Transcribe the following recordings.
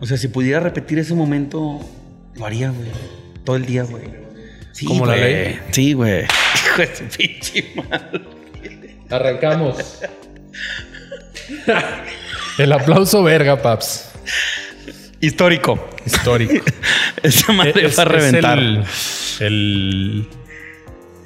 O sea, si pudiera repetir ese momento, lo haría, güey. Todo el día, güey. Sí, ¿Como la güey. ley? Sí, güey. Hijo de su pinche madre. Arrancamos. El aplauso verga, paps. Histórico. Histórico. Esa madre Es- va a es reventar. el, el,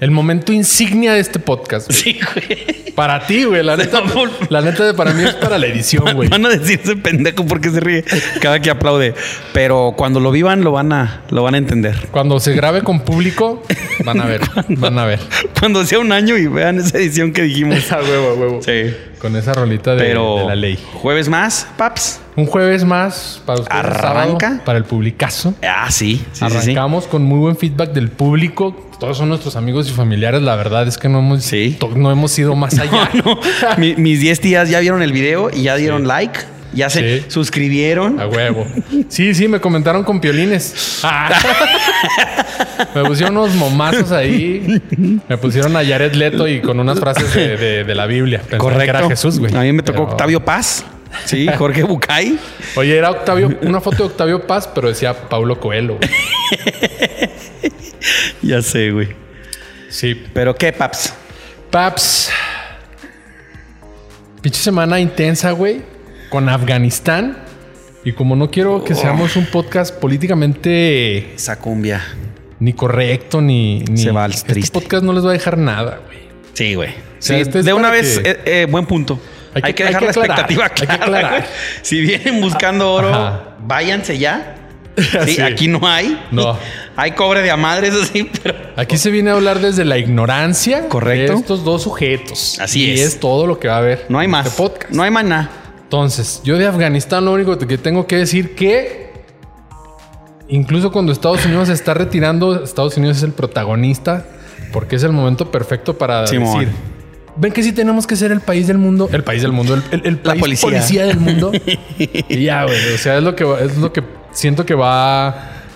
el momento insignia de este podcast. güey. Sí, güey. Para ti, güey. La Se neta, mamó. la neta de para mí es para la edición, güey. Van a decir ese pendejo porque se ríe cada que aplaude. Pero cuando lo vivan, lo van a, lo van a entender. Cuando se grabe con público, van a ver. Van a ver. Cuando sea un año y vean esa edición que dijimos. Esa huevo, huevo. Sí. Con esa rolita de, Pero de la ley. jueves más, paps. Un jueves más para ustedes, Arranca. sábado, para el publicazo. Ah, sí. Sí, sí, sí. Arrancamos con muy buen feedback del público. Todos son nuestros amigos y familiares. La verdad es que no hemos, Sí. to- no hemos ido más allá. No, mi- mis 10 tías ya vieron el video y ya dieron like. Ya se Sí. Ah, suscribieron. A huevo. Sí, sí, me comentaron con piolines. Ah. me pusieron unos momazos ahí. Me pusieron a Jared Leto y con unas frases de, de- de la Biblia. Pensé Que era Jesús, güey. A mí me tocó Pero- Octavio Paz. Sí, Jorge Bucay. Oye, era Octavio, una foto de Octavio Paz, pero decía Paulo Coelho. güey. Ya sé, güey. Sí. Pero qué, paps. Paps. Pinche semana intensa, güey. Con Afganistán. Y como no quiero que seamos un podcast políticamente Esa cumbia. ni correcto ni. ni Se va al Este triste. podcast no les va a dejar nada, güey. Sí, güey. sea, Sí, este es de una para vez, que- eh, eh, buen punto. Hay Hay que- que, hay dejar que la aclarar, expectativa hay que clara. aclarar. güey. Si vienen buscando oro, Ajá. váyanse ya. Sí. Sí, aquí no hay. No. Hay cobre de amadres, eso sí, pero. Aquí se viene a hablar desde la ignorancia Correcto. de estos dos sujetos. Así Y es. es todo lo que va a haber. No hay en más. este podcast. No hay más nada. Entonces, yo de Afganistán lo único que tengo que decir que incluso cuando Estados Unidos se está retirando, Estados Unidos es el protagonista porque es el momento perfecto para Simón. decir. Ven que sí tenemos que ser el país del mundo, el país del mundo, el, el- el La país policía. del mundo. y ya, güey. O sea, es lo que va- es lo que siento que va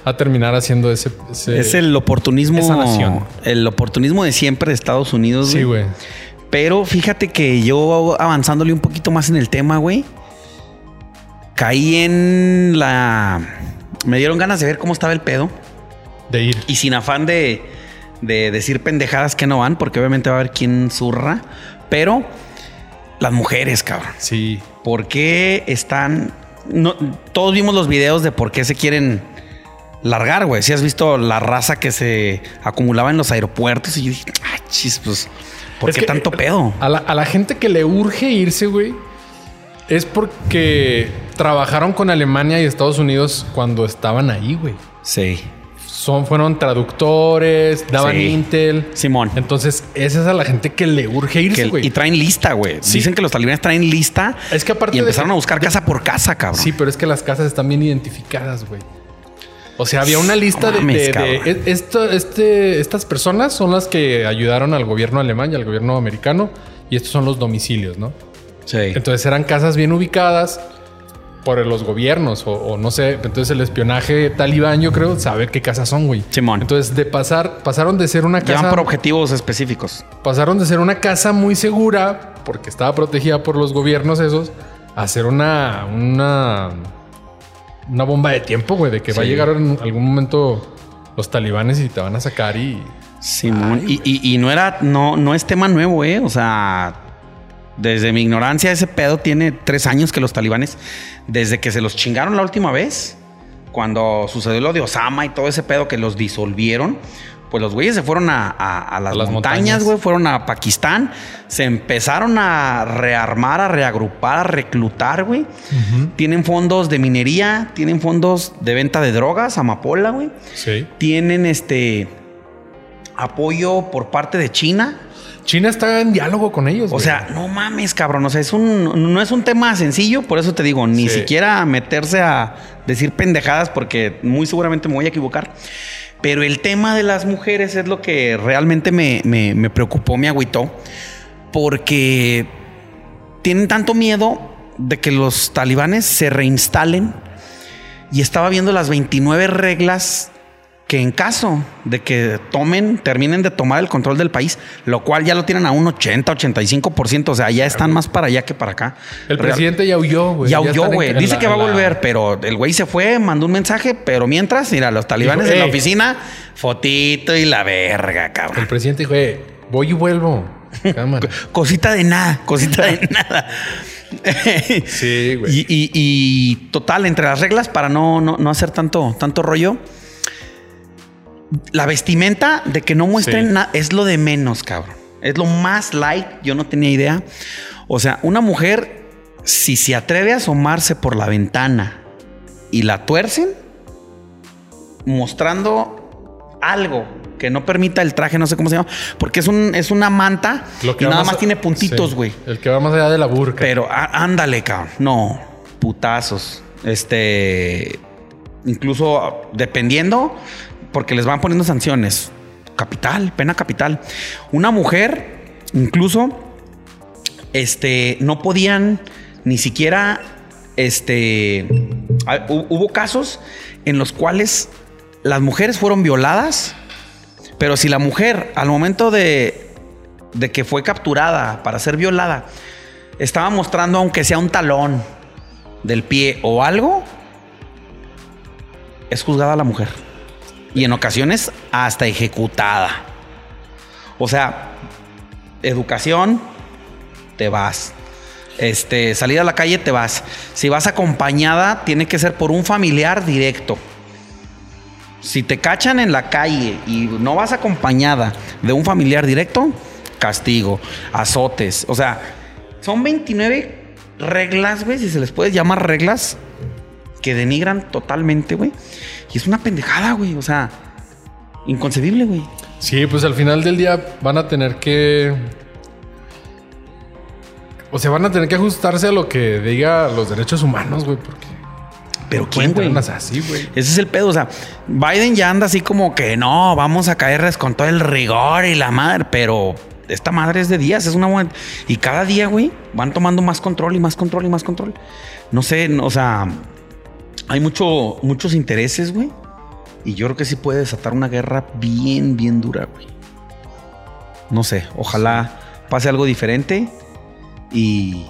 a terminar haciendo ese. ese- Es el oportunismo. Esa nación. El oportunismo de siempre de Estados Unidos. Sí, güey. Pero fíjate que yo avanzándole un poquito más en el tema, güey. Caí en la. Me dieron ganas de ver cómo estaba el pedo. De ir. Y sin afán de, de decir pendejadas que no van, porque obviamente va a haber quien zurra. Pero las mujeres, cabrón. Sí. ¿Por qué están.? No, todos vimos los videos de por qué se quieren largar, güey. Si has visto la raza que se acumulaba en los aeropuertos, y yo dije, ah, chis, pues, ¿por Es qué que- eh, ah, tanto pedo? A la, a la gente que le urge irse, güey, es porque trabajaron con Alemania y Estados Unidos cuando estaban ahí, güey. Sí. Son, fueron traductores, daban Sí. Intel. Simón. Entonces, esa es a la gente que le urge Que- irse, güey. y traen lista, güey. Sí. Dicen que los talibanes traen lista. Es que aparte Y de empezaron que- a buscar casa por casa, cabrón. Sí, pero es que las casas están bien identificadas, güey. O sea, había una lista No de- mames, de, de- cabrón. e- esto- este, estas personas son las que ayudaron al gobierno alemán y al gobierno americano y estos son los domicilios, ¿no? Sí. Entonces eran casas bien ubicadas por los gobiernos o, o no sé. Entonces el espionaje talibán, yo creo, sabe qué casas son, güey. Simón. Entonces de pasar, pasaron de ser una Llevan casa, por objetivos específicos. pasaron de ser una casa muy segura porque estaba protegida por los gobiernos esos, a ser una, una, una bomba de tiempo, güey, de que va a Sí. llegar en algún momento los talibanes y te van a sacar y Simón. y, y- y no era, no, no es tema nuevo, eh. O sea, desde mi ignorancia, ese pedo tiene tres años que los talibanes, desde que se los chingaron la última vez, cuando sucedió lo de Osama y todo ese pedo que los disolvieron. Pues los güeyes se fueron a, a- a las, A las montañas. montañas, güey, fueron a Pakistán, se empezaron a rearmar, a reagrupar, a reclutar, güey. Tienen fondos de minería, tienen fondos de venta de drogas, amapola, güey sí. tienen este apoyo por parte de China. China está en diálogo con ellos. O güey. sea, no mames, cabrón. O sea, es un, no es un tema sencillo, por eso te digo, ni Sí. siquiera meterse a decir pendejadas, porque muy seguramente me voy a equivocar. Pero el tema de las mujeres es lo que realmente me, me- me preocupó, me agüitó, porque tienen tanto miedo de que los talibanes se reinstalen. Y estaba viendo las 29 reglas que en caso de que tomen, terminen de tomar el control del país, lo cual ya lo tienen a un 80, 85%, o sea, ya están más para allá que para acá. El Real- presidente ya huyó, güey. ya Ya huyó, están en- güey. en Dice la- que va a en la- volver, pero el güey se fue, mandó un mensaje, pero mientras, mira, los talibanes Dijo, en la "Ey". oficina, fotito y la verga, El cabrón. presidente dijo, eh, voy y vuelvo. Cámara. Cosita de nada, cosita de nada. sí, Y, y- y, total, entre las reglas, para no, no, no hacer tanto, tanto rollo, la vestimenta de que no muestren Sí. nada es lo de menos, cabrón. Es lo más light, yo no tenía idea. O sea, una mujer, si se atreve a asomarse por la ventana y la tuercen, mostrando algo que no permita el traje, no sé cómo se llama, porque es, un, es una manta Lo que y va nada más- más tiene puntitos, sí. güey. El que va más allá de la burca. Pero á- ándale, cabrón. No, putazos. Este, incluso dependiendo, porque les van poniendo sanciones. Capital, pena capital. Una mujer, incluso, este, no podían ni siquiera, este, ah, hu- hubo casos en los cuales las mujeres fueron violadas, pero si la mujer al momento de, de que fue capturada para ser violada, estaba mostrando aunque sea un talón del pie o algo, es juzgada la mujer. Y en ocasiones hasta ejecutada. O sea, educación, te vas. Este, salir a la calle, te vas. Si vas acompañada, tiene que ser por un familiar directo. Si te cachan en la calle y no vas acompañada de un familiar directo, castigo, azotes. O sea, son 29 reglas, güey, si se les puede llamar reglas, que denigran totalmente, güey. Y es una pendejada, güey. O sea, inconcebible, güey. Sí, pues al final del día van a tener que. O sea, van a tener que ajustarse a lo que diga los derechos humanos, güey, porque Pero ¿quién, pueden güey? tenerlas así, güey. Ese es el pedo. O sea, Biden ya anda así como que no, vamos a caerles con todo el rigor y la madre, pero esta madre es de días, es una buena. Y cada día, güey, van tomando más control y más control y más control. No sé, no, o sea, hay mucho, muchos intereses, güey. Y yo creo que sí puede desatar una guerra bien, bien dura, güey. No sé, ojalá pase algo diferente y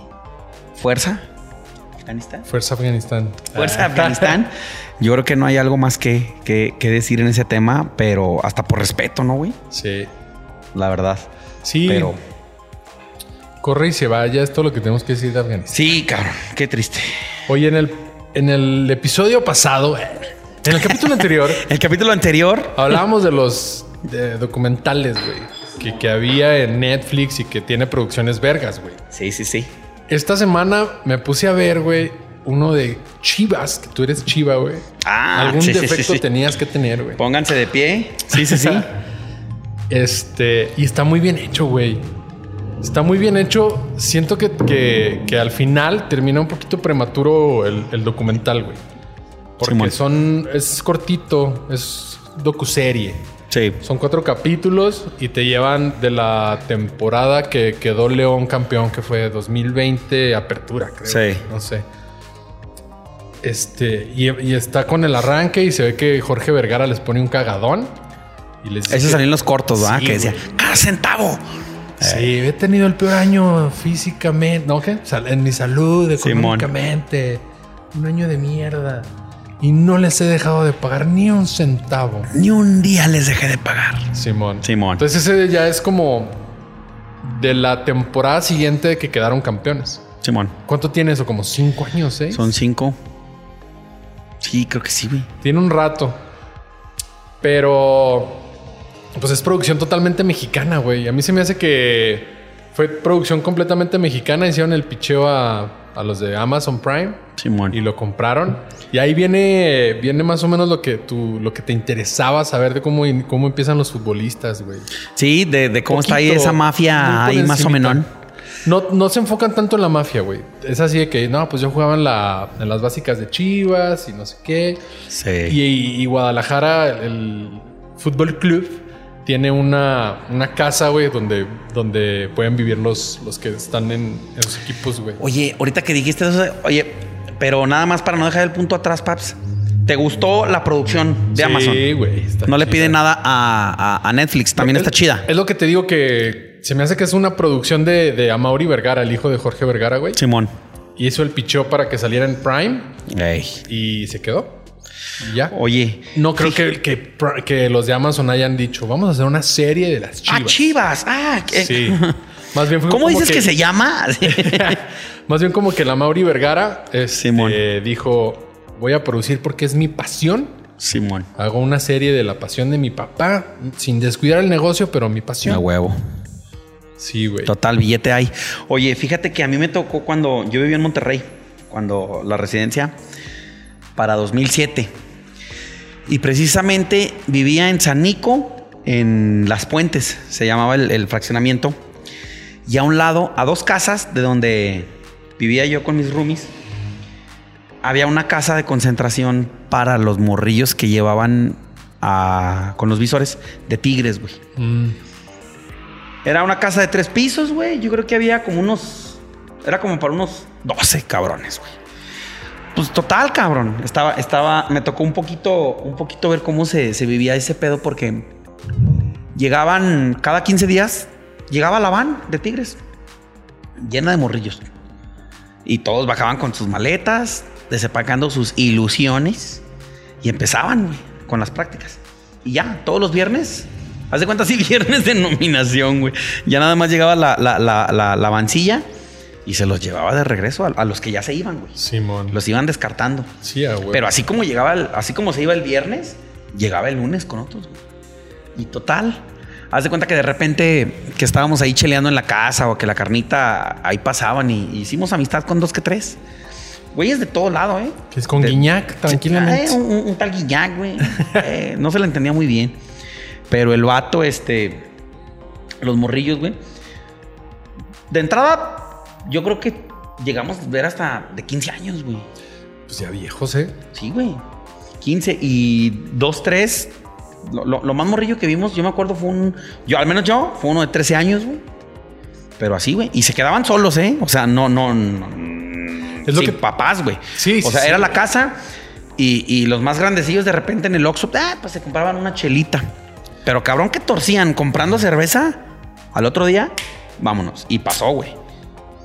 fuerza. Afganistán. Fuerza Afganistán. Ah. Fuerza Afganistán. Yo creo que no hay algo más que, que- que decir en ese tema, pero hasta por respeto, ¿no, güey? Sí. La verdad. Sí. Pero Corre y se va, ya es todo lo que tenemos que decir de Afganistán. sí, cabrón, qué triste. Oye, en el, en el episodio pasado, en el capítulo anterior, El capítulo anterior, Hablábamos de los de documentales, güey. Que, que había en Netflix y que tiene producciones vergas, güey. sí, sí, sí. Esta semana me puse a ver, güey, uno de Chivas, que tú eres Chiva, güey. Ah, Algún sí, sí, defecto sí, sí. tenías que tener, güey. Pónganse de pie. Sí, sí, sí. Este, y está muy bien hecho, güey. Está muy bien hecho. Siento que, que- que al final termina un poquito prematuro el, el documental, güey. Porque Simón. son. Es cortito, es docuserie. sí. Son cuatro capítulos y te llevan de la temporada que quedó León campeón, que fue 2020, apertura, creo. Sí. No sé. Este, y, y está con el arranque y se ve que Jorge Vergara les pone un cagadón. Y les dice, Eso salían los cortos, ¿verdad? Sí, que decía, cada centavo. Sí, he tenido el peor año físicamente, ¿no? ¿Qué? Sal- En mi salud, Simón. económicamente. Un año de mierda. Y no les he dejado de pagar ni un centavo. Ni un día les dejé de pagar. Simón. Simón. Entonces ese ya es como de la temporada siguiente de que quedaron campeones. Simón, ¿Cuánto tiene eso? Como cinco años, ¿eh? seis. son cinco. Sí, creo que sí, güey. Tiene un rato. Pero pues es producción totalmente mexicana, güey. A mí se me hace que fue producción completamente mexicana. Hicieron el picheo a, a los de Amazon Prime Simón. y lo compraron. Y ahí viene, viene más o menos lo que tú, lo que te interesaba saber de cómo, in- cómo empiezan los futbolistas, güey. Sí, de, de cómo está ahí poquito, esa muy mafia por ahí más o encimita. menos. No, no se enfocan tanto en la mafia, güey. Es así de que, no, pues yo jugaba en, la, en las básicas de Chivas y no sé qué. Sí. Y, y Guadalajara, el fútbol club, tiene una, una casa, güey, donde, donde pueden vivir los, los que están en, en los equipos, güey. Oye, ahorita que dijiste eso, oye, pero nada más para no dejar el punto atrás, Paps. ¿Te gustó la producción de Amazon? Sí, güey. está No le chida. pide nada a, a- a Netflix. También Es- está chida. Es lo que te digo que se me hace que es una producción de, de Amaury Vergara, el hijo de Jorge Vergara, güey. Simón. Y hizo el pichó para que saliera en Prime Ey. y se quedó. Y ya. Oye. No creo que, que, Pri- que los de Amazon hayan dicho, vamos a hacer una serie de las chivas. Ah, Chivas. Ah, que- Sí. Más bien fue ¿Cómo como dices que... se llama? Más bien como que la Mauri Vergara este, Simón. dijo, voy a producir porque es mi pasión. Simón. Hago una serie de la pasión de mi papá, sin descuidar el negocio, pero mi pasión. A huevo. Sí, güey. Total, billete hay. Oye, fíjate que a mí me tocó cuando yo vivía en Monterrey, cuando la residencia, para 2007. Y precisamente vivía en San Nico, en Las Puentes, se llamaba el, el fraccionamiento. Y a un lado, a dos casas de donde vivía yo con mis roomies, había una casa de concentración para los morrillos que llevaban a- con los visores de tigres, güey. Mm. Era una casa de tres pisos, güey. Yo creo que había como unos. Era como para unos 12 cabrones, güey. Pues total, cabrón. Estaba, estaba. Me tocó un poquito, un poquito ver cómo se, se vivía ese pedo porque llegaban cada 15 días, llegaba la van de tigres llena de morrillos. Y todos bajaban con sus maletas, desempacando sus ilusiones y empezaban, güey, con las prácticas. Y ya, todos los viernes, haz de cuenta, sí, viernes de nominación, güey. Ya nada más llegaba la, la, la, la, la bancilla y se los llevaba de regreso a, a los que ya se iban, güey. Simón. Los iban descartando. Sí, ah, a huevo. Pero así como llegaba, el- así como se iba el viernes, llegaba el lunes con otros. güey. Y total, haz de cuenta que de repente que estábamos ahí cheleando en la casa o que la carnita ahí pasaban y y hicimos amistad con dos que tres. Güeyes de todo lado, ¿eh? Que es con De- Guiñac, tranquilamente. Eh, un, un- un tal Guiñac, güey. Eh, no se la entendía muy bien. Pero el vato, este. Los morrillos, güey. De entrada, yo creo que llegamos a ver hasta de 15 años, güey. Pues ya viejos, ¿eh? Sí, güey. 15 y 2, 3. Lo, lo- lo más morrillo que vimos, yo me acuerdo, fue un. Yo, al menos yo, fue uno de 13 años, güey. Pero así, güey. Y se quedaban solos, ¿eh? O sea, no, no. no- Es lo sin que- papás, güey. Sí, O sí, sea, sí, era la güey. casa y, y los más grandecillos de repente en el Oxxo, ah, pues se compraban una chelita. Pero cabrón que torcían comprando cerveza al otro día, vámonos. Y pasó, güey.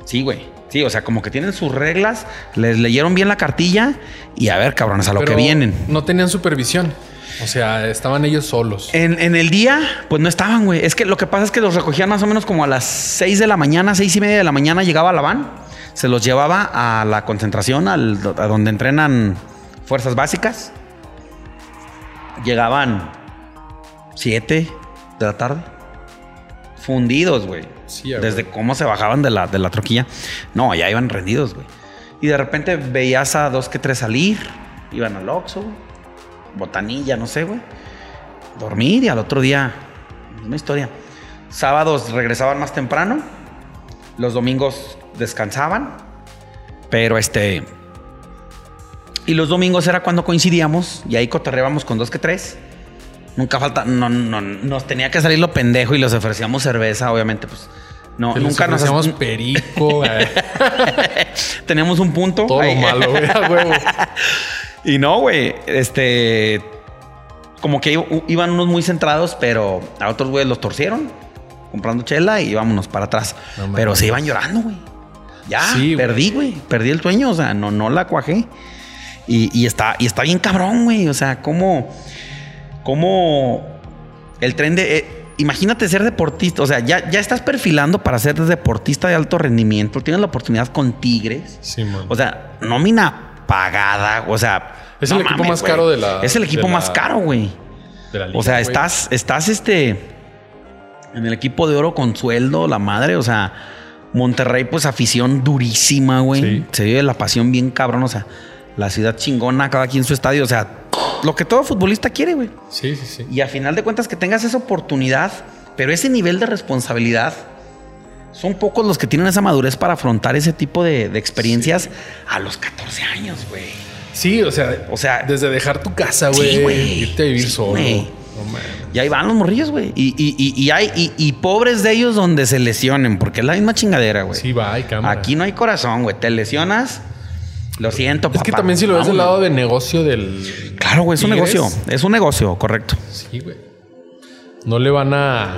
Sí, güey. Sí, o sea, como que tienen sus reglas, les leyeron bien la cartilla y a ver, cabrones, a lo Pero que vienen. No tenían supervisión. O sea, estaban ellos solos. En, en el día, pues no estaban, güey. Es que lo que pasa es que los recogían más o menos como a las 6 de la mañana, seis y media de la mañana, llegaba la van, se los llevaba a la concentración, al- a donde entrenan fuerzas básicas. Llegaban 7 de la tarde. Fundidos, güey. Sí, ya, Desde güey. cómo se bajaban de la, de la troquilla. No, ya iban rendidos, güey. Y de repente veías a dos que tres salir. Iban al Oxxo, güey. Botanilla, no sé, güey dormir y al otro día, misma historia. Sábados regresaban más temprano, los domingos descansaban, pero este. Y los domingos era cuando coincidíamos y ahí cotorreábamos con dos que tres. Nunca falta, no, no, nos tenía que salir lo pendejo y les ofrecíamos cerveza, obviamente, pues. No, Que les nunca nos ofrecíamos perico, eh, Tenemos un punto. todo lo ahí. malo, güey, a huevo. Y no, güey, este... Como que i- iban unos muy centrados, pero a otros güeyes los torcieron. Comprando chela y vámonos para atrás. No mames. pero se iban llorando, güey. Ya, Sí, güey. perdí, güey. Perdí el sueño, o sea, no, no la cuajé. Y, y está, y está bien cabrón, güey. O sea, cómo... Cómo... El tren de... eh, imagínate ser deportista. O sea, ya, ya estás perfilando para ser deportista de alto rendimiento. Tienes la oportunidad con Tigres. Simón. O sea, nómina pagada. O sea, Es el equipo más güey. caro de la- Es el equipo de la- más caro, güey. De la liga, O sea, güey. estás, estás este. En el equipo de oro con sueldo, la madre. O sea, Monterrey, pues afición durísima, güey. Sí. Se vive la pasión bien cabrón. O sea, la ciudad chingona, cada quien su estadio. O sea, lo que todo futbolista quiere, güey. Sí, sí, sí. Y a final de cuentas que tengas esa oportunidad, pero ese nivel de responsabilidad, son pocos los que tienen esa madurez para afrontar ese tipo de, de experiencias a los 14 años, güey. Sí, o sea, O sea, desde dejar tu casa, Sí, güey, güey. irte a vivir Sí, solo. güey. No mames. Y ahí van los morrillos, güey. Y, y- y- y hay, y, y pobres de ellos donde se lesionen, porque es la misma chingadera, güey. Sí, va, hay cámara. Aquí no hay corazón, güey. Te lesionas Lo siento, Es papá. que también si lo ves del Vámonos. lado de negocio del... Claro, güey, es un Tigres, negocio. Es un negocio, correcto. Sí, güey. No le van a...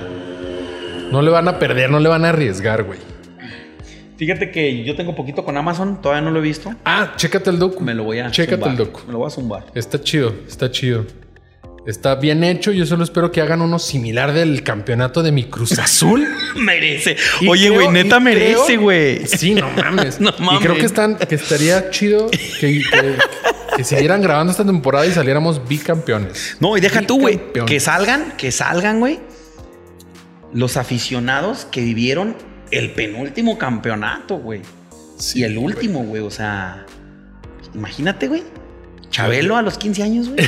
No le van a perder, no le van a arriesgar, güey. Fíjate que yo tengo poquito con Amazon, todavía no lo he visto. Ah, chécate el docu. Me lo voy a. Chécate zumbar. el docu. Me lo voy a zumbar. Está chido, está chido. Está bien hecho. Yo solo espero que hagan uno similar del campeonato de mi Cruz Azul. Merece. Y Oye, creo- güey, neta y merece, creo- güey. Sí, no mames. No Y creo mames. que, están, que estaría chido que, que- que siguieran grabando esta temporada y saliéramos bicampeones. No, y deja tú, güey. Bicampeones. Que salgan, que salgan, güey. Los aficionados que vivieron el penúltimo campeonato, güey. Sí, y el último, güey. O sea, imagínate, güey. Chabelo a los 15 años, güey.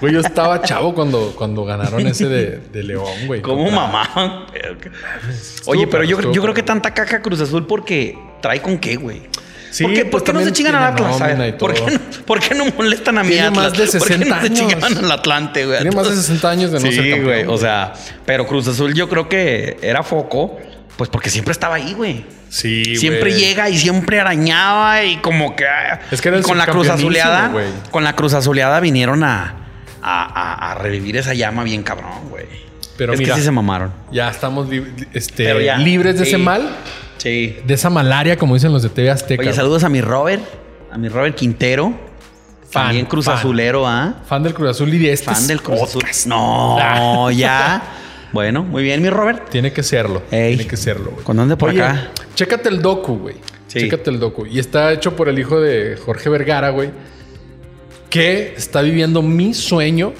Güey, yo estaba chavo cuando, cuando ganaron ese de, de León, güey. Como Contra- mamá. Oye, pero perro, yo, estuvo yo creo que perro. tanta caca Cruz Azul porque trae con qué, güey. Sí, ¿Por qué, pues por qué no se también chingan al tiene Atlas? A nómina ver, y ¿por, todo. qué no, por qué no molestan a mi Tiene Atlas? más de ¿Por qué no 60 se chingan años. al Atlante, güey? Tiene más de 60 años de no sí, ser campeón, güey. O güey. sea, pero Cruz Azul yo creo que era foco, pues porque siempre estaba ahí, güey. Sí, Siempre güey. llega y siempre arañaba y como que. ah, Es que era y el con la cruz subcampeonismo, azuleada. güey. Con la cruz azuleada vinieron a, a- a- a revivir esa llama bien cabrón, güey. Pero es mira. que sí se mamaron. Ya estamos lib- este, Pero ya. libres de Sí. ese mal, Sí. de esa malaria, como dicen los de TV Azteca. Oye, güey. saludos a mi Robert, a mi Robert Quintero. Fan, también Cruz fan. Azulero, ¿ah? Fan del Cruz Azul y de este Fan del Cruz Azul. podcast. Ah. No, ya. Bueno, muy bien, mi Robert. Tiene que serlo. Ey. Tiene que serlo, güey. ¿Con dónde por Oye, acá? Chécate el docu, güey. Sí. Chécate el docu. Y está hecho por el hijo de Jorge Vergara, güey. Que está viviendo mi sueño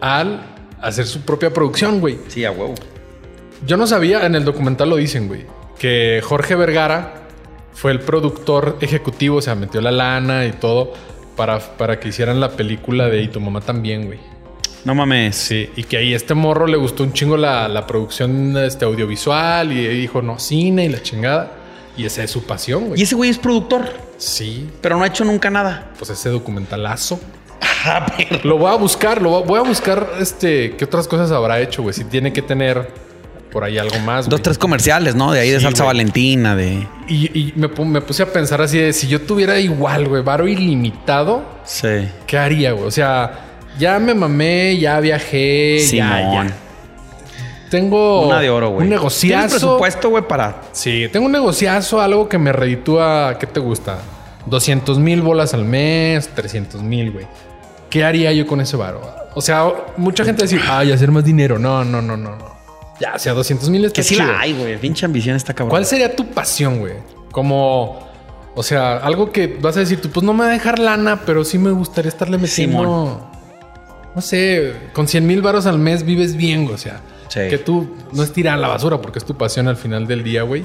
al hacer su propia producción, güey. Sí, a huevo. Yo no sabía, en el documental lo dicen, güey, que Jorge Vergara fue el productor ejecutivo, o sea, metió la lana y todo para, para que hicieran la película de Y tu mamá también, güey. No mames. Sí, y que ahí este morro le gustó un chingo la, la producción este, audiovisual y dijo, no, cine y la chingada. Y esa es su pasión, Y güey. ese güey es productor, Sí, pero no ha hecho nunca nada. pues ese documentalazo. Lo voy a buscar, lo voy a- voy a buscar, este, qué otras cosas habrá hecho, güey. Si tiene que tener por ahí algo más. Dos, güey. tres comerciales, ¿no? De ahí de Sí, Salsa güey. Valentina, de. Y, y me, pu- me puse a pensar así de si yo tuviera igual, güey, varo ilimitado, Sí. ¿qué haría, güey? O sea, ya me mamé, ya viajé, ya, Simón. ya. Tengo Una de oro, güey. un ¿Tienes negociazo. presupuesto, güey, para. Sí, tengo un negociazo, algo que me reditúa, ¿qué te gusta? 200 mil bolas al mes, 300 mil, güey. ¿Qué haría yo con ese varo? O sea, mucha gente dice, ay, hacer más dinero. No, no, no, no, no. Ya, o sea, 200 mil Que está sí chido. la hay, güey. Pinche ambición está cabrón. ¿Cuál sería tu pasión, güey? Como, o sea, algo que vas a decir tú, pues no me va a dejar lana, pero sí me gustaría estarle metiendo. No sé, con 100 mil varos al mes vives bien, güey. O sea, Sí. que tú no es tirar a la basura porque es tu pasión al final del día, güey.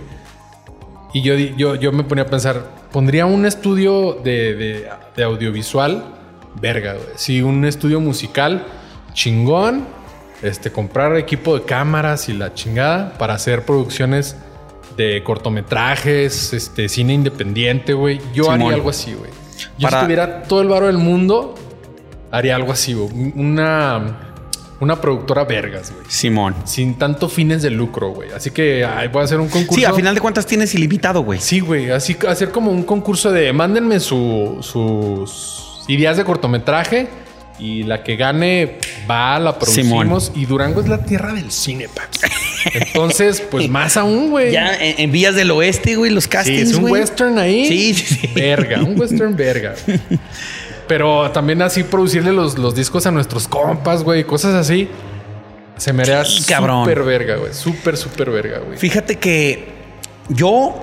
Y yo, di- yo, yo me ponía a pensar, pondría un estudio de, de- de audiovisual, verga, güey. Sí, un estudio musical, chingón. Este, comprar equipo de cámaras y la chingada para hacer producciones de cortometrajes, este, cine independiente, güey. Yo Simón. haría algo así, güey. Yo Para- si tuviera todo el varo del mundo, haría algo así, güey. Una, una productora vergas, güey. Simón. Sin tanto fines de lucro, güey. Así que ay, voy a hacer un concurso. Sí, a final de cuentas tienes ilimitado, güey. Sí, güey. Así hacer como un concurso de mándenme su- sus ideas de cortometraje y la que gane va, la producimos. Y Durango es la tierra del cine, papi. Entonces, pues más aún, güey. Ya en, en vías del oeste, güey, los Sí, castings, es un güey. western ahí. Sí, sí, sí. Verga, un western verga. güey. Pero también así producirle los, los discos a nuestros compas, güey, cosas así. Se me haría Sí, cabrón. súper verga, güey. Súper, súper verga, güey. Fíjate que yo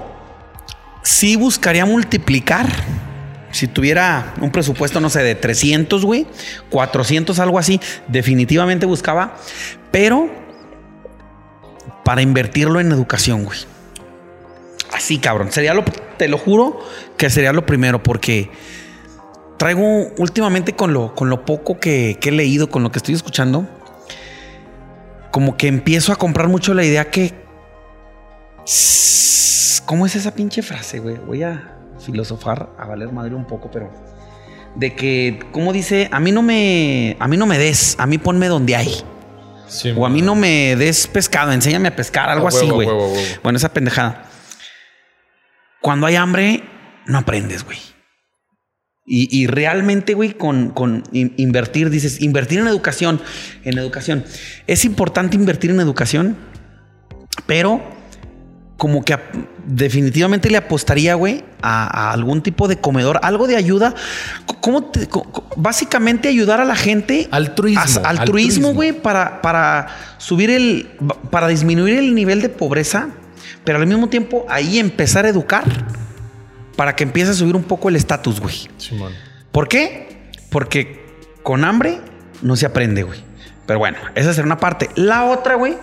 sí buscaría multiplicar. Si tuviera un presupuesto, no sé, de 300, güey, 400, algo así, definitivamente buscaba, pero para invertirlo en educación, güey. Así, cabrón. Sería lo, te lo juro que sería lo primero, porque traigo últimamente con lo, con lo poco que, que he leído, con lo que estoy escuchando, como que empiezo a comprar mucho la idea que. ¿Cómo es esa pinche frase, güey? Voy a filosofar a valer madre un poco, pero. De que, ¿cómo dice? A mí no me. A mí no me des, a mí ponme donde hay. Sí, O a mí no me des pescado, enséñame a pescar, algo A huevo, así, a güey. huevo, a huevo. Bueno, esa pendejada. Cuando hay hambre, no aprendes, güey. Y, y realmente, güey, con, con in- invertir, dices, invertir en educación, en educación. Es importante invertir en educación, pero como que ap- definitivamente le apostaría, güey, a, a algún tipo de comedor, algo de ayuda. C- ¿Cómo te- co- co- básicamente ayudar a la gente Altruismo, as- altruismo, altruismo. güey, para, para subir el, para disminuir el nivel de pobreza, pero al mismo tiempo ahí empezar a educar para que empiece a subir un poco el estatus, güey. Simón. ¿Por qué? Porque con hambre no se aprende, güey. Pero bueno, esa será una parte. La otra, güey,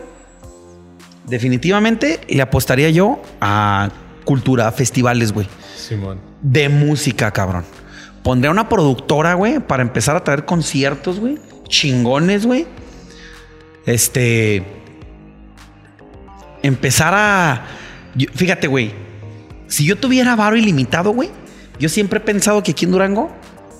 definitivamente le apostaría yo a cultura, a festivales, güey Simón. de música, cabrón. Pondría una productora, güey, para empezar a traer conciertos, güey. Chingones, güey. Este. Empezar a. yo- fíjate, güey. Si yo tuviera varo ilimitado, güey, yo siempre he pensado que aquí en Durango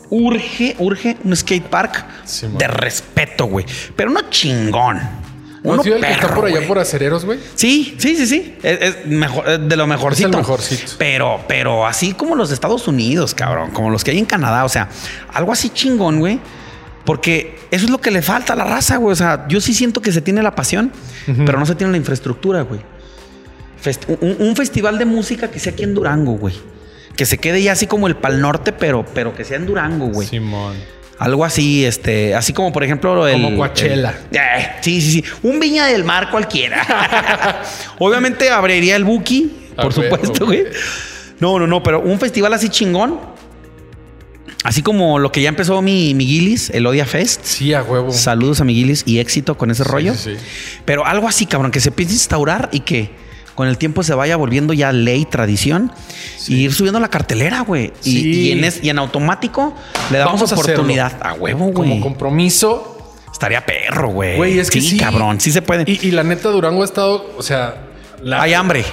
urge, urge un skate park Simón. de respeto, güey. Pero no chingón. ¿No Uno has sido el que perro, está por allá güey. por acereros, güey? Sí, sí, sí, sí. Es, es mejor, es de lo mejorcito. Es el mejorcito. Pero, pero así como los de Estados Unidos, cabrón, como los que hay en Canadá, o sea, algo así chingón, güey. Porque eso es lo que le falta a la raza, güey. O sea, yo sí siento que se tiene la pasión, Ujú. pero no se tiene la infraestructura, güey. Fest- un, un festival de música que sea aquí en Durango, güey. Que se quede ya así como el Pal Norte, pero, pero que sea en Durango, güey. Simón. Algo así, este, así como por ejemplo el. Coachella. el- eh, sí, sí, sí. Un viña del mar cualquiera. Obviamente abriría el Buki, Ah, por güey, supuesto, güey. güey. No, no, no, pero un festival así chingón. Así como lo que ya empezó mi, mi Guilis, el Odia Fest. Sí, a huevo. Saludos a mi Guilis y éxito con ese rollo. sí, sí. Pero algo así, cabrón, que se empiece a instaurar y que con el tiempo se vaya volviendo ya ley, tradición, Sí. y ir subiendo la cartelera, güey. Y- Sí. Y, en es- y en automático le damos Vamos a hacerlo. oportunidad a, huevo, Como güey. compromiso Estaría perro, güey. Güey, es que sí. cabrón, sí se puede. Y, y la neta, Durango ha estado, o sea, la- Hay hambre.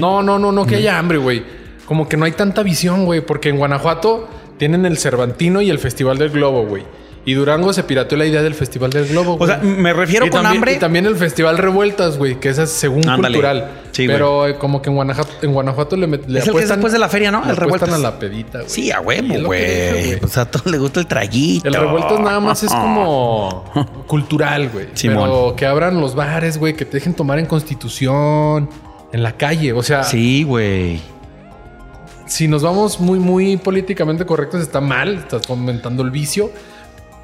no, no, no, no que Mm. haya hambre, güey. Como que no hay tanta visión, güey, porque en Guanajuato tienen el Cervantino y el Festival del Globo, güey. Y Durango se pirateó la idea del Festival del Globo. O sea, güey. me refiero Y con también- hambre. Y también el Festival Revueltas, güey, que esa es según Ándale. cultural. Sí, Pero eh, como que en Guanajuato, en Guanajuato le, met- le Es el que es después de la feria, ¿no? le El apuestan Revueltas. a la pedita, güey. Sí, a Y es huevo, lo que deja, güey. Pues a todos les gusta el traguito. el revuelto nada más es como cultural, güey. Simón. Pero que abran los bares, güey, que te dejen tomar en Constitución, en la calle. O sea, Sí, güey. si nos vamos muy, muy políticamente correctos, está mal, estás fomentando el vicio,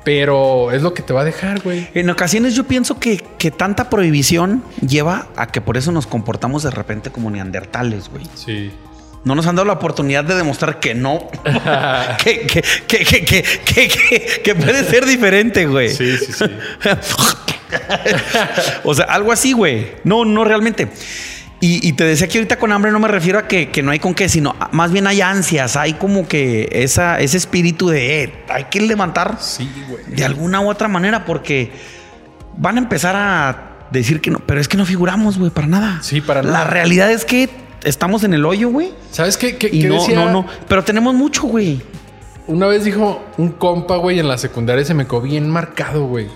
pero es lo que te va a dejar, güey. En ocasiones yo pienso que, que tanta prohibición lleva a que por eso nos comportamos de repente como neandertales, güey. Sí. No nos han dado la oportunidad de demostrar que no. que, que, que, que, que, que, que- que puede ser diferente, güey. Sí, sí, sí. o sea, algo así, güey. No, no realmente. Y, y te decía que ahorita con hambre no me refiero a que, que no hay con qué, sino a- más bien hay ansias, hay como que esa, ese espíritu de eh, hay que levantar Sí, güey. de alguna u otra manera porque van a empezar a decir que no, pero es que no figuramos, güey, para nada. Sí, para La nada. realidad es que estamos en el hoyo, güey. ¿Sabes qué? ¿Qué, Y qué no, decía? no, no. Pero tenemos mucho, güey. Una vez dijo un compa, güey, en la secundaria se me quedó bien marcado, güey.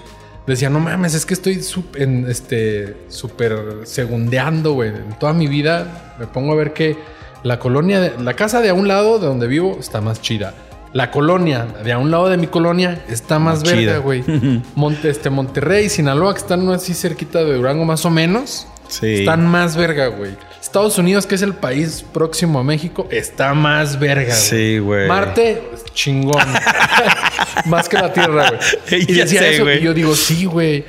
Decía, no mames, es que estoy sup- en este súper segundeando, güey. En toda mi vida me pongo a ver que la colonia, de- la casa de a un lado de donde vivo está más chida. La colonia de a un lado de mi colonia está más, Más chida. verga, güey. Monte, este, Monterrey, Sinaloa, que están así cerquita de Durango, más o menos. Sí. Están más verga, güey. Estados Unidos, que es el país próximo a México, está más verga. güey. Sí, güey. Marte, chingón. más que la Tierra, güey. Y Ya decía sé, eso, güey. y yo digo, sí, güey.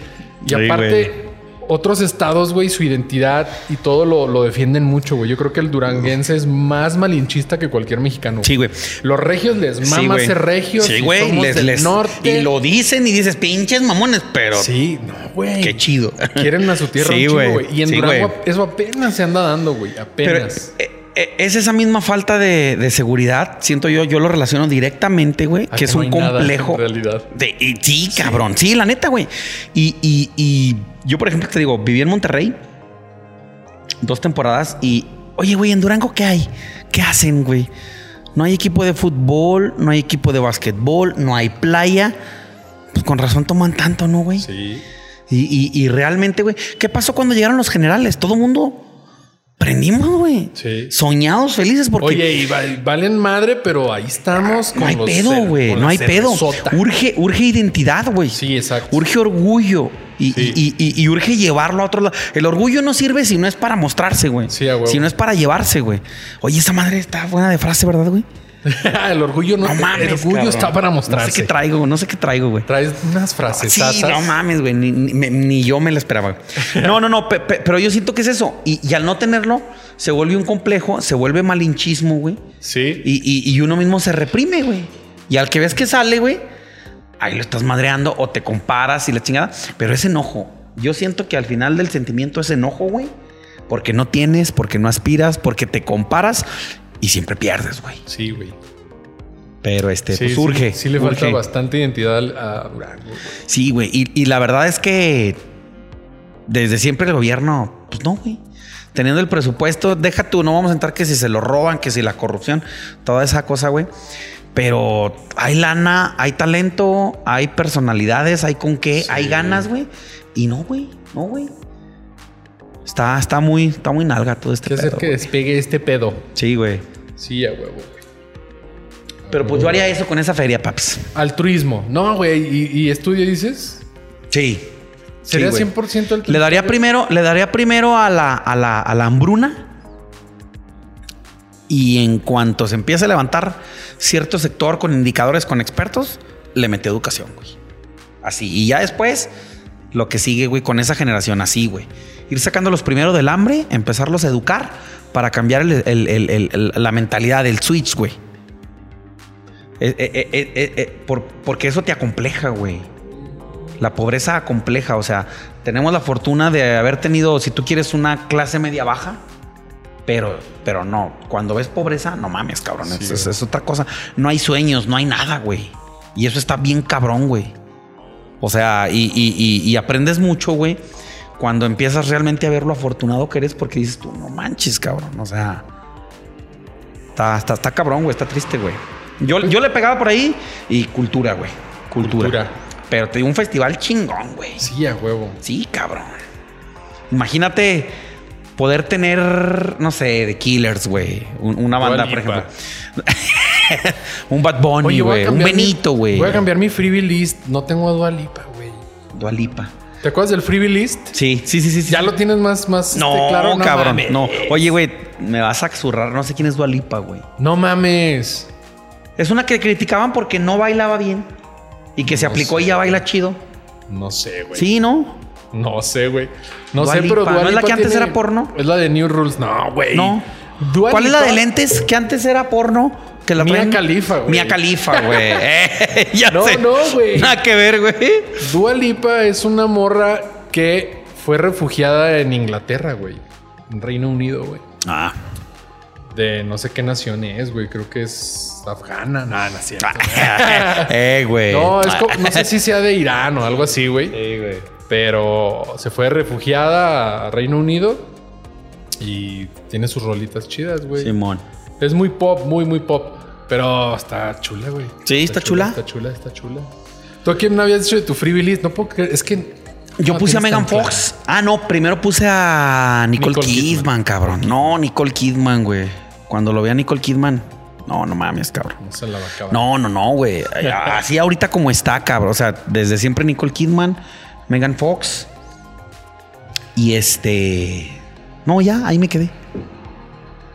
Y Sí, aparte, otros estados, güey, su identidad y todo lo, lo defienden mucho, güey. Yo creo que el duranguense es más malinchista que cualquier mexicano. Sí, güey. Los regios les Sí, mama güey. ser regios. Sí, y güey. somos Les, del les- norte. Y lo dicen y dices, pinches mamones, pero Sí, no, güey. qué chido. Quieren a su tierra Sí, un chingo, güey. güey. Y en Sí, Durango güey. eso apenas se anda dando, güey. Pero Apenas. eh, eh, es esa misma falta de, de seguridad. Siento yo, yo lo relaciono directamente, güey, A que es no un hay nada, complejo. en realidad. De, y sí, cabrón. Sí, la neta, güey. Y, y- y yo, por ejemplo, te digo, viví en Monterrey dos temporadas y, oye, güey, en Durango, ¿qué hay? ¿Qué hacen, güey? No hay equipo de fútbol, no hay equipo de básquetbol, no hay playa. Pues con razón toman tanto, ¿no, güey? Sí. Y, y- y realmente, güey, ¿qué pasó cuando llegaron los generales? Todo mundo Prendimos, güey. Sí. Soñados, felices porque... Oye, y val- valen madre, pero ahí estamos. No con hay los pedo, cer- güey. con No la hay pedo. cervezota. Urge, urge identidad, güey. Sí, exacto. Urge orgullo. Y, Sí. y- y- y urge llevarlo a otro lado. El orgullo no sirve si no es para mostrarse, güey. Sí, a huevo. Si no es para llevarse, güey. Oye, esa madre está buena de frase, ¿verdad, güey? el orgullo no, No mames. El orgullo cabrón. está para No sé mostrarse. qué traigo, no sé qué traigo, güey. Traes unas frases. Sí, no mames, güey. Ni, ni- me- ni yo me la esperaba. No, no, no. pe- pe- pero yo siento que es eso. Y, y al no tenerlo, se vuelve un complejo, se vuelve malinchismo, güey. Sí. Y, y- y uno mismo se reprime, güey. Y al que ves que sale, güey, ahí lo estás madreando o te comparas y la chingada. Pero es enojo. Yo siento que al final del sentimiento es enojo, güey. Porque no tienes, porque no aspiras, porque te comparas y siempre pierdes, güey. Sí, güey. Pero este, Sí, pues sí, urge. Sí, le falta urge. bastante identidad al- a Durango. Sí, güey. Y, y la verdad es que desde siempre el gobierno, pues no, güey. Teniendo el presupuesto, deja tú, no vamos a entrar que si se lo roban, que si la corrupción, toda esa cosa, güey. Pero hay lana, hay talento, hay personalidades, hay con qué, Sí. hay ganas, güey. Y no, güey, no, güey. Está, está muy, está muy nalga todo este Hay que hacer pedo, que güey. despegue este pedo. Sí, güey. Sí, a huevo, güey. Pero pues yo haría eso con esa feria, paps. Altruismo. No, güey. ¿Y, y estudio dices? Sí. ¿Sería güey. 100% altruismo? Le daría primero, le daría primero a la, a la, a la hambruna. Y en cuanto se empiece a levantar cierto sector con indicadores, con expertos, le mete educación, güey. Así. Y ya después, lo que sigue, güey, con esa generación, así, güey. Ir sacándolos primero del hambre, empezarlos a educar para cambiar el- el- el- el- el- la mentalidad del switch, güey. Eh, eh, eh, eh, eh, eh, por- porque eso te acompleja, güey. La pobreza acompleja, o sea, tenemos la fortuna de haber tenido, si tú quieres, una clase media baja, pero, pero no, cuando ves pobreza, no mames, cabrón, Sí, es, güey. es- es otra cosa. No hay sueños, no hay nada, güey. Y eso está bien cabrón, güey. O sea, y, y- y- y aprendes mucho, güey, cuando empiezas realmente a ver lo afortunado que eres porque dices tú, no manches, cabrón, o sea... Está, está, está cabrón, güey. Está triste, güey. Yo, yo le pegaba por ahí y cultura, güey. Cultura. Cultura. Pero te digo, un festival chingón, güey. Sí, a huevo. Sí, cabrón. Imagínate poder tener, no sé, The Killers, güey. Un- una Dua banda, por Lipa. ejemplo. un Bad Bunny, voy a güey. Un cambiar mi- Benito, güey. Voy a cambiar mi freebie list. No tengo a Dualipa, güey. Dua Lipa. ¿Te acuerdas del freebie list? Sí, sí, sí, sí. sí. Ya lo tienes más, más No, este, claro. cabrón. mames. No. Oye, güey, me vas a zurrar. No sé quién es Dua Lipa, güey. No mames. Es una que criticaban porque no bailaba bien. Y que se No aplicó sé, y ya baila chido. No sé, güey. Sí, ¿no? No sé, güey. No Dua sé, Lipa. pero Dua ¿No es la Lipa que antes tiene- era porno? Es la de New Rules. No, güey. No. Dua ¿Cuál es la Lipa- de lentes que antes era porno? Que la Mia traen- Khalifa, güey. Mia Khalifa, güey. Eh, ya No, sé. no, güey. Nada que ver, güey. Dua Lipa es una morra que fue refugiada en Inglaterra, güey. En Reino Unido, güey. Ah. De no sé qué nación es, güey. Creo que es afgana. No, no es cierto. Ah, eh, güey. No, es como- no sé si sea de Irán o algo así, güey. Sí, güey. Pero se fue refugiada a Reino Unido y tiene sus rolitas chidas, güey. Simón. es muy pop, muy, muy pop. Pero está chula, güey. Sí, está chula. Está chula, está chula. ¿Tú a quién me habías dicho de tu freebie list? No puedo creer. Es que. Yo no puse a tienes tan Megan claro. Fox. Ah, no, primero puse a Nicole, Nicole Kidman, Kidman. cabrón. No, Nicole Kidman, güey. Cuando lo vea Nicole Kidman. No, no mames, cabrón. No se la va a acabar. No, no, no, güey. Así ahorita como está, cabrón. O sea, desde siempre Nicole Kidman, Megan Fox. Y este. No, ya, ahí me quedé.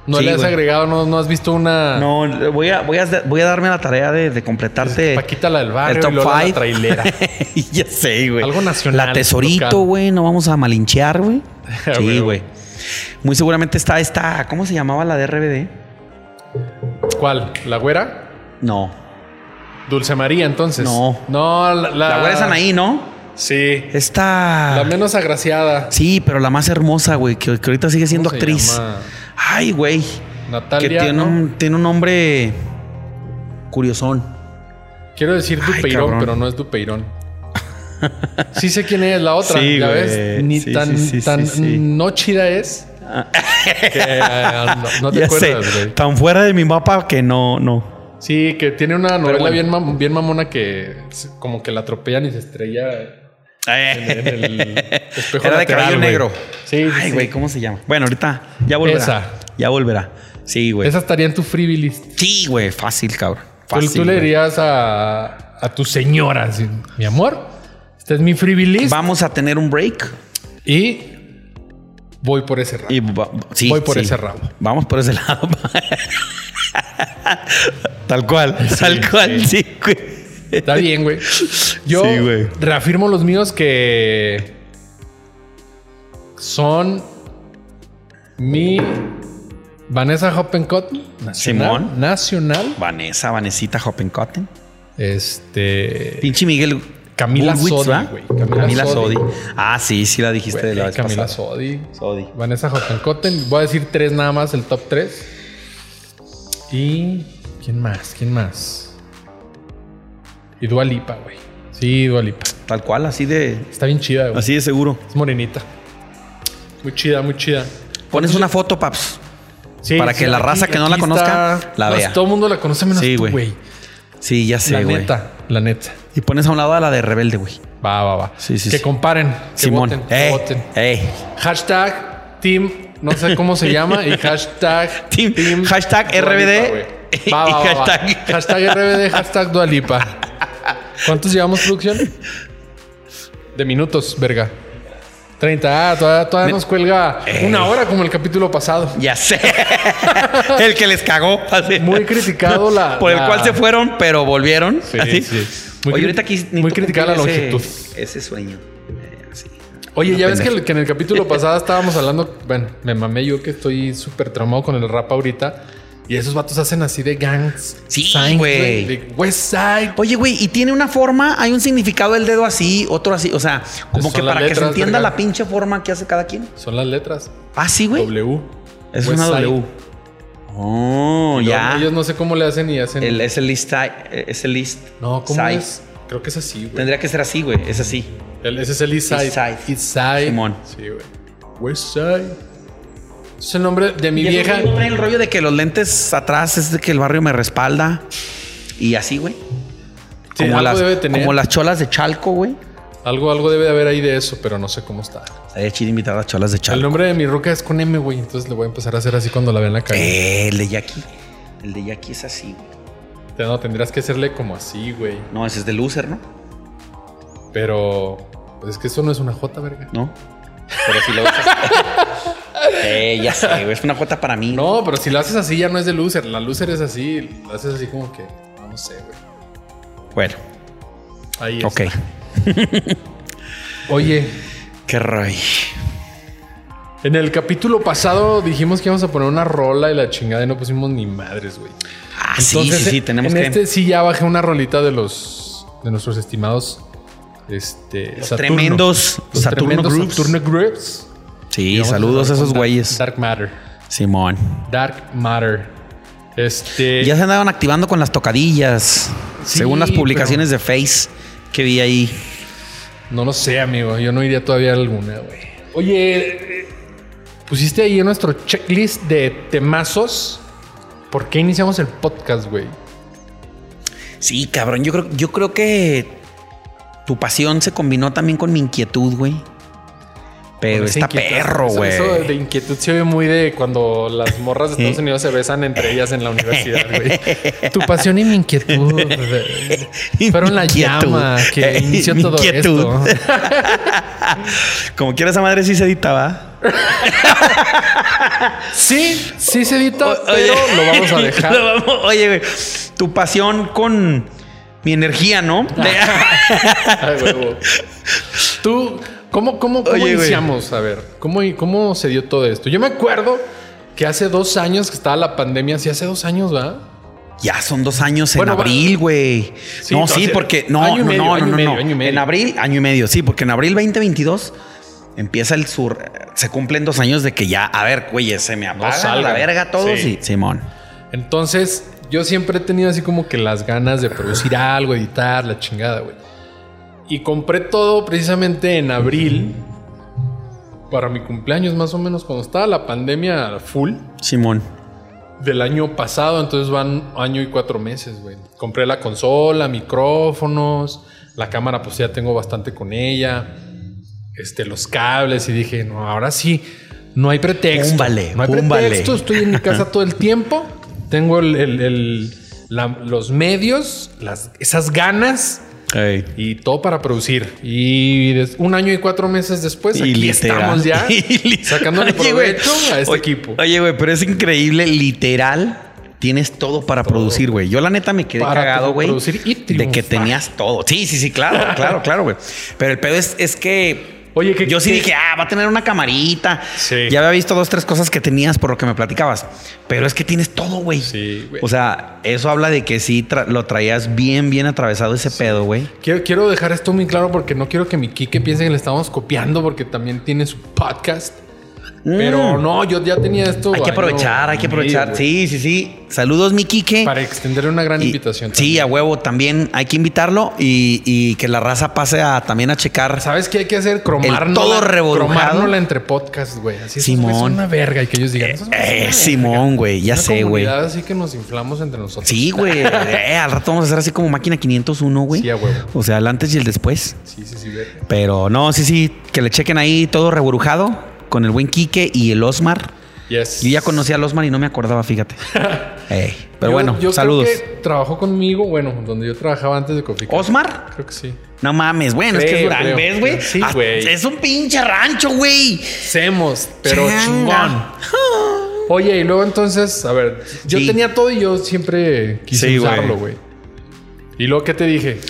No Sí, le has güey. agregado, no, no has visto una. No, voy a, voy a, voy a darme la tarea de, de completarte. Paquita la del barrio este, el top y Lola la five. trailera. ya sé, güey. Algo nacional, La tesorito, local. güey. No vamos a malinchear, güey. Ah, Sí, güey. güey. Muy seguramente está esta. ¿Cómo se llamaba la de RBD? ¿Cuál? ¿La güera? No. Dulce María, entonces. No. No, la. La güera es Anaí, ¿no? Sí. Esta. Ah. La menos agraciada. Sí, pero la más hermosa, güey, que, que ahorita sigue siendo se actriz. llama? Ay, güey. Que Natalia. tiene, ¿no? un, tiene un nombre curiosón. Quiero decir Ay, Dupeirón, cabrón. pero no es Dupeirón. Sí sé quién es la otra, Sí, ya güey. ves. Ni Sí, sí, tan, sí, sí, tan sí. Ah. no chida es. que, eh, no, no te Ya acuerdas, sé, güey. tan fuera de mi mapa que no, no. Sí, que tiene una novela bueno. bien, mam- bien mamona que se- como que la atropellan y se estrella En, en el espejo Era de lateral, cabello güey. negro. Sí, sí, Ay, sí. güey, ¿cómo se llama? Bueno, ahorita ya volverá. Esa. Ya volverá. Sí, güey. Esa estaría en tu freebie list. Tú- Sí, güey, fácil, cabrón. Tú, Fácil. le güey. dirías a, a tu señora, así, mi amor, este es mi freebie list Vamos a tener un break. y voy por ese rato. Y va- sí, Voy por sí. ese rabo. Vamos por ese lado. tal cual, tal cual, sí, güey. Está bien, güey. Yo Sí, güey. reafirmo los míos que son mi Vanessa Hoppencott nacional, Simón. nacional, Vanessa, Vanesita Hoppencotten. este Pinche Miguel. Camila Bullwitz, Sodi, ¿va? güey. Camila, Camila Sodi. Sodi. Ah, sí, sí la dijiste de la güey, vez Camila pasada. Sodi, Sodi. Vanessa Hoppencotten. Voy a decir tres nada más, el top tres. Y quién más, quién más. Y Dua Lipa, güey. Sí, Dua Lipa. Tal cual, así de, Está bien chida, güey. así de seguro. Es morenita. Muy chida, muy chida. Pues Pones una foto, paps. Sí, Para que la raza que no la conozca, está. la Pues vea. Todo el mundo la conoce menos Sí, tú, güey. güey. Sí, ya sé, la güey. neta, la neta. Y pones a un lado a la de Rebelde, güey. Va, va, va. Sí, sí, que sí. comparen. Que Simón. eh. voten. que ey, voten. ey. Hashtag Team, no sé cómo se llama, y hashtag Team- hashtag RBD, güey. y Va, va, va, va. hashtag- hashtag RBD, hashtag Dualipa. ¿Cuántos llevamos producción? De minutos, verga. 30. Ah, todavía, todavía nos cuelga Eh. una hora como el capítulo pasado. Ya sé. el que les cagó. así. Muy criticado la- Por el la- cual se fueron, pero volvieron. Sí, así. sí. Muy Oye, cri- ahorita aquí. necesito muy criticada cumplir la ese- longitud. Ese sueño. Eh, así. Oye, Una ya ves que, pendeja. el- que en el capítulo pasado estábamos hablando. Bueno, me mamé yo que estoy súper traumado con el rap ahorita. Y esos vatos hacen así de gangs. Sí, signs, güey. de West Side. Oye, güey, y tiene una forma, hay un significado del dedo así, otro así, o sea, como Son que las para que se letras, entienda verga. la pinche forma que hace cada quien. Son las letras. Ah, sí, güey. W. Es West una Side. W. Oh, Pero ya. Ellos no sé cómo le hacen y hacen. El- es el list, es el list. no, ¿cómo side. es? Creo que es así, güey. Tendría que ser así, güey. Es así. El- ese es el East Side. East Side. East Side. Simón. Sí, güey. West Side. Es el nombre de mi Y vieja. vieja. el rollo de que los lentes atrás es de que el barrio me respalda. Y así, güey. Sí, como, algo las, debe tener. como las cholas de Chalco, güey. Algo, algo debe de haber ahí de eso, pero no sé cómo está. Estaría chido invitar a las cholas de El Chalco. nombre de mi roca es con M, güey. Entonces le voy a empezar a hacer así cuando la vea en la calle. Eh, el de Jackie. El de Jackie es así, güey. Te- No, tendrías que hacerle como así, güey. No, ese es de Loser, ¿no? Pero pues es que eso no es una J, verga. No. Pero si lo usas. eh, ya sé, güey. Es una cuota para mí. No, pero si lo haces así ya no es de loser. La loser es así. La haces así como que. No sé, güey. Bueno, Ahí es. ok. Oye, Qué rollo. en el capítulo pasado dijimos que íbamos a poner una rola y la chingada y no pusimos ni madres, güey. Ah, sí, sí, Entonces, sí. Tenemos en que. este sí ya bajé una rolita de los de nuestros estimados este Los tremendos Los Saturno tremendos Groups. Saturno Groups. Y Sí, vamos a saludos a hablar esos con güeyes. Dark Matter. Simón. Dark Matter. Este Ya se andaban activando con las tocadillas. Sí, según las publicaciones de Face que vi ahí. no lo sé, amigo. Yo no iría todavía a alguna, güey. Oye, eh, pusiste ahí en nuestro checklist de temazos. ¿Por qué iniciamos el podcast, güey? Eh, Sí, cabrón. Yo creo, yo creo que tu pasión se combinó también con mi inquietud, güey. Pero Con esa está inquietud. perro, Eso- güey. Eso de inquietud se oye muy de cuando las morras de Estados Sí. Unidos se besan entre ellas en la universidad, güey. Tu pasión y mi inquietud eh, fueron la Inquietud. llama que Eh, inició mi todo inquietud. esto. Como quiera, esa madre sí se editaba. Sí, sí se edita, pero lo vamos a dejar. Lo vamos- oye, güey. Tu pasión con mi energía, ¿no? Ah. Ay, huevo. Tú, ¿cómo, cómo, cómo Oye, güey. iniciamos? A ver, ¿cómo, ¿cómo se dio todo esto? Yo me acuerdo que hace dos años que estaba la pandemia, sí, hace dos años, ¿verdad? Ya son dos años en Bueno, va- abril, güey. Sí, no, o sí, sea, porque no, año y no, medio, no, año y no, medio, no. año y medio. En abril, año y medio, sí, porque en abril 2022 empieza el sur. Se cumplen dos años de que ya, a ver, güey, se me apaga la salgan. verga todos Sí. y Simón. Entonces, yo siempre he tenido así como que las ganas de producir algo, editar, la chingada, güey. Y compré todo precisamente en abril para mi cumpleaños, más o menos, cuando estaba la pandemia full. Simón. del año pasado, entonces van año y cuatro meses, güey. Compré la consola, micrófonos, la cámara, pues ya tengo bastante con ella, este, los cables, y dije, no, ahora sí, no hay pretexto. Púmbale, no hay púmbale. pretexto, estoy en mi casa todo el tiempo, tengo el- el- el- la- los medios, las, esas ganas. Ey. Y todo para producir. Y des- un año y cuatro meses después, Pues aquí estamos ya Y li- sacándole Oye, güey. provecho a este Oye, equipo. Oye, güey, pero es increíble, literal. Tienes todo para producir, güey. Yo la neta me quedé Para cagado, güey. producir y De que triunfar. tenías todo. Sí, sí, sí, claro, claro, claro, güey. Pero el pedo es, es que. Oye, que- yo sí que- dije, ah, va a tener una camarita. Sí. Ya había visto dos, tres cosas que tenías por lo que me platicabas. Pero es que tienes todo, güey. Sí, güey. O sea, eso habla de que sí tra- lo traías bien, bien atravesado ese pedo, güey. Quiero, quiero dejar esto muy claro porque no quiero que mi Kike piense que le estamos copiando porque también tiene su podcast. Pero Mm. no, yo ya tenía esto. Hay que año aprovechar, hay que y medio, aprovechar. güey. Sí, sí, sí. Saludos, mi Quique. Para extenderle una gran Y- invitación. Sí, a huevo, también hay que invitarlo y, y que la raza pase a también a checar. ¿Sabes qué hay que hacer? Cromarnos. todo reborujado. entre podcasts, güey. Así Simón. Es una verga y que ellos digan. "Esos güeyes son Eh, una Simón, güey, ya Una sé, güey. comunidad Así que nos inflamos entre nosotros. Sí, güey. Eh, al rato vamos a hacer así como máquina 501, güey. Sí, a huevo. O sea, el antes y el después. Sí, sí, sí, verga. Pero no, sí, sí, que le chequen ahí todo reburujado con el buen Quique y el Osmar. Yes. Yo ya conocía al Osmar y no me acordaba, fíjate. Ey, pero Yo- bueno, yo creo saludos. que trabajó conmigo, bueno, donde yo trabajaba antes de Coffee. Cup. ¿Osmar? Creo que sí. No mames, bueno, es que es Creo, Durango, creo. ¿ves, güey? Sí, Ah, güey. Es un pinche rancho, güey. Semos, pero Changa. chingón. Oye, y luego entonces, a ver, yo Sí. tenía todo y yo siempre quise Sí, güey. usarlo, güey. ¿Y luego qué te dije?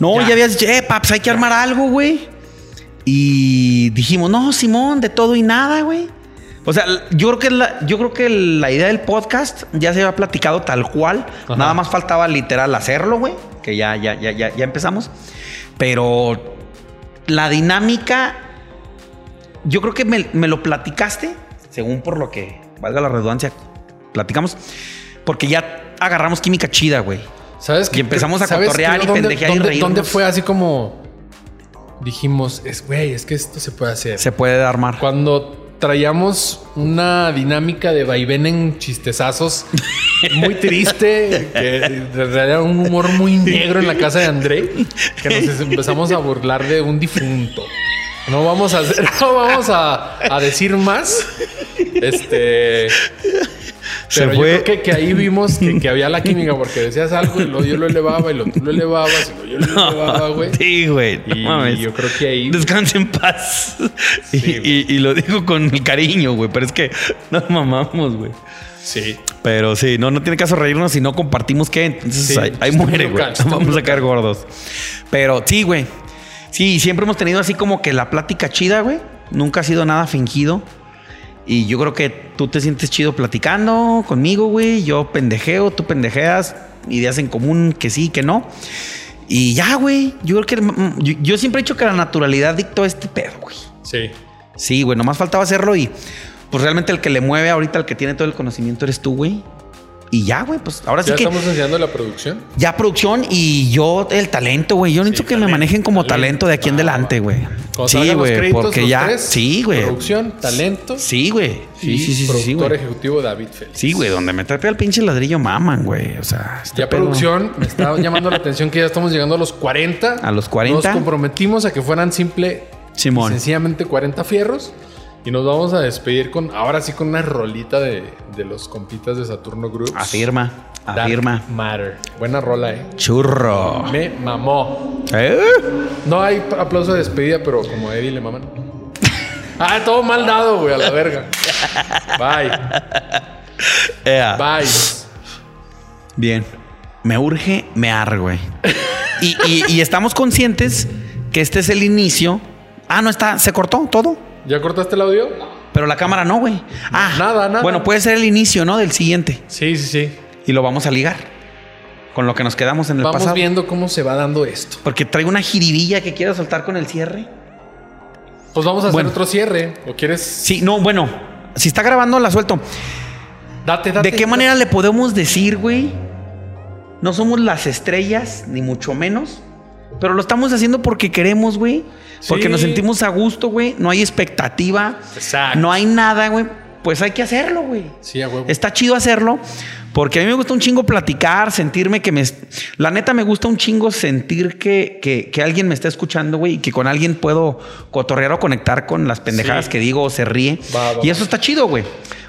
No, ya, Ya. habías dicho, eh, paps, hay que armar algo, güey. Y dijimos, no, Simón, de todo y nada, güey. O sea, l- yo creo que la, yo creo que la idea del podcast ya se había platicado tal cual. Ajá. Nada más faltaba literal hacerlo, güey. Que ya, ya, ya, ya, ya empezamos. Pero la dinámica, yo creo que me, me lo platicaste, según por lo que valga la redundancia, platicamos, porque ya agarramos química chida, güey. ¿Sabes qué? Y empezamos a ¿Sabes cotorrear qué? y ¿Dónde- pendejear y dónde- reírnos? ¿Dónde fue así como dijimos, es güey, es que esto se puede hacer? Se puede armar. Cuando traíamos una dinámica de vaivén en chistezazos muy triste, que era un humor muy negro en la casa de André, que nos empezamos a burlar de un difunto. No vamos a hacer- no vamos a, a decir más. Este. Se pero yo fue. creo que, que ahí vimos que, que había la química, porque decías algo y luego yo lo elevaba y lo tú lo elevabas y luego yo lo elevaba, güey. Sí, güey. no Y mames. yo creo que ahí. Descansa en paz. Y- Sí, y, y lo digo con cariño, güey. Pero es que nos mamamos, güey. Sí. Pero sí, no, no tiene caso reírnos si no compartimos qué. Entonces Sí, ahí, ahí está muy muere, güey. local, está muy Vamos a caer gordos. Pero sí, güey. Sí, siempre hemos tenido así como que la plática chida, güey. Nunca ha sido nada fingido. Y yo creo que tú te sientes chido platicando conmigo, güey. Yo pendejeo, tú pendejeas. Ideas en común que sí, que no. Y ya, güey. Yo creo que mm, yo, yo siempre he dicho que la naturalidad dictó este pedo, güey. Sí. Sí, güey, nomás faltaba hacerlo y pues realmente el que le mueve ahorita, el que tiene todo el conocimiento eres tú, güey. Y ya, güey, pues ahora sí ¿Ya que estamos enseñando la producción? ya producción y yo el talento, güey. Yo necesito que me talento, manejen como talento, talento. de aquí en Ah, adelante, güey. Cuando Sí, salgan los güey, créditos, porque los ya tres, sí, güey. Producción, talento. Sí, güey. Sí, y sí, sí, sí, productor sí, güey. ejecutivo David Félix. Sí, güey, donde me trape al pinche ladrillo maman, güey. O sea, este Ya pedo- producción me está llamando la atención que ya estamos llegando a los 40. A los 40. Nos comprometimos a que fueran simple Simón. y sencillamente 40 fierros y nos vamos a despedir con ahora sí con una rolita de, de los compitas de Saturno Group. Afirma, Dark afirma. Matter. Buena rola, eh. Churro. Me mamó. ¿Eh? No hay aplauso de despedida, pero como a Eddie le maman. Ah, todo mal dado, güey, a la verga. Bye. Ea. Bye. Bien. Me urge mear, güey. Y, y- y estamos conscientes que este es el inicio. Ah, no está, se cortó todo. ¿Ya cortaste el audio? Pero la cámara no, güey. Ah, Nada, nada. Bueno, puede ser el inicio, ¿no? Del siguiente. Sí, sí, sí. Y lo vamos a ligar. Con lo que nos quedamos en el Vamos pasado. viendo cómo se va dando esto. Porque traigo una jiribilla que quiero soltar con el cierre. Pues vamos a hacer Bueno. otro cierre. ¿O quieres? Sí, no, bueno. Si está grabando, la suelto. Date, date. ¿De qué manera le podemos decir, güey? No somos las estrellas, ni mucho menos. Pero lo estamos haciendo porque queremos, güey. Porque Sí. nos sentimos a gusto, güey. No hay expectativa. Exacto. No hay nada, güey. pues hay que hacerlo, güey. Sí, a huevo. Está chido hacerlo porque a mí me gusta un chingo platicar, sentirme que me... La neta me gusta un chingo sentir que, que, que alguien me está escuchando, güey, y que con alguien puedo cotorrear o conectar con las pendejadas Sí. que digo o se ríe. Va, va, y va. eso está chido, güey.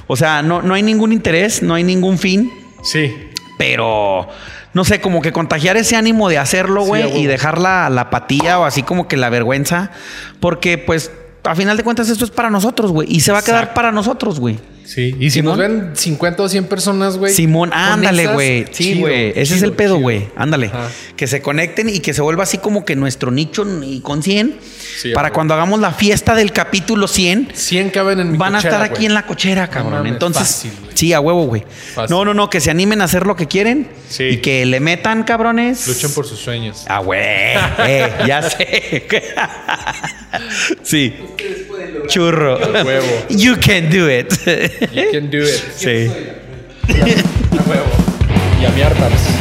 O sea, no, no hay ningún interés, no hay ningún fin, Sí. pero... No sé, como que contagiar ese ánimo de hacerlo, Sí, güey, a huevo. y dejar la, la apatía o así como que la vergüenza, porque pues a final de cuentas esto es para nosotros, güey, y se va a quedar Exacto. para nosotros, güey. Sí. Y si nos ven 50 o 100 personas, güey. Simón, con ándale, esas, güey. Sí, chido, güey. Ese es chido, el pedo, chido. güey. Ándale. Ajá. Que se conecten y que se vuelva así como que nuestro nicho y con 100. Sí, para güey. cuando hagamos la fiesta del capítulo 100, 100 caben en mi van a cochera, estar aquí güey. en la cochera, cabrón. mames, Entonces, fácil, güey. sí, a huevo, güey. Fácil. No, no, no, que se animen a hacer lo que quieren Sí. y que le metan, cabrones. Luchen por sus sueños. Ah, güey, eh, ya sé. sí. Churro. Huevo. You can do it. You can do it. sí. A huevo. Y a mi hartas.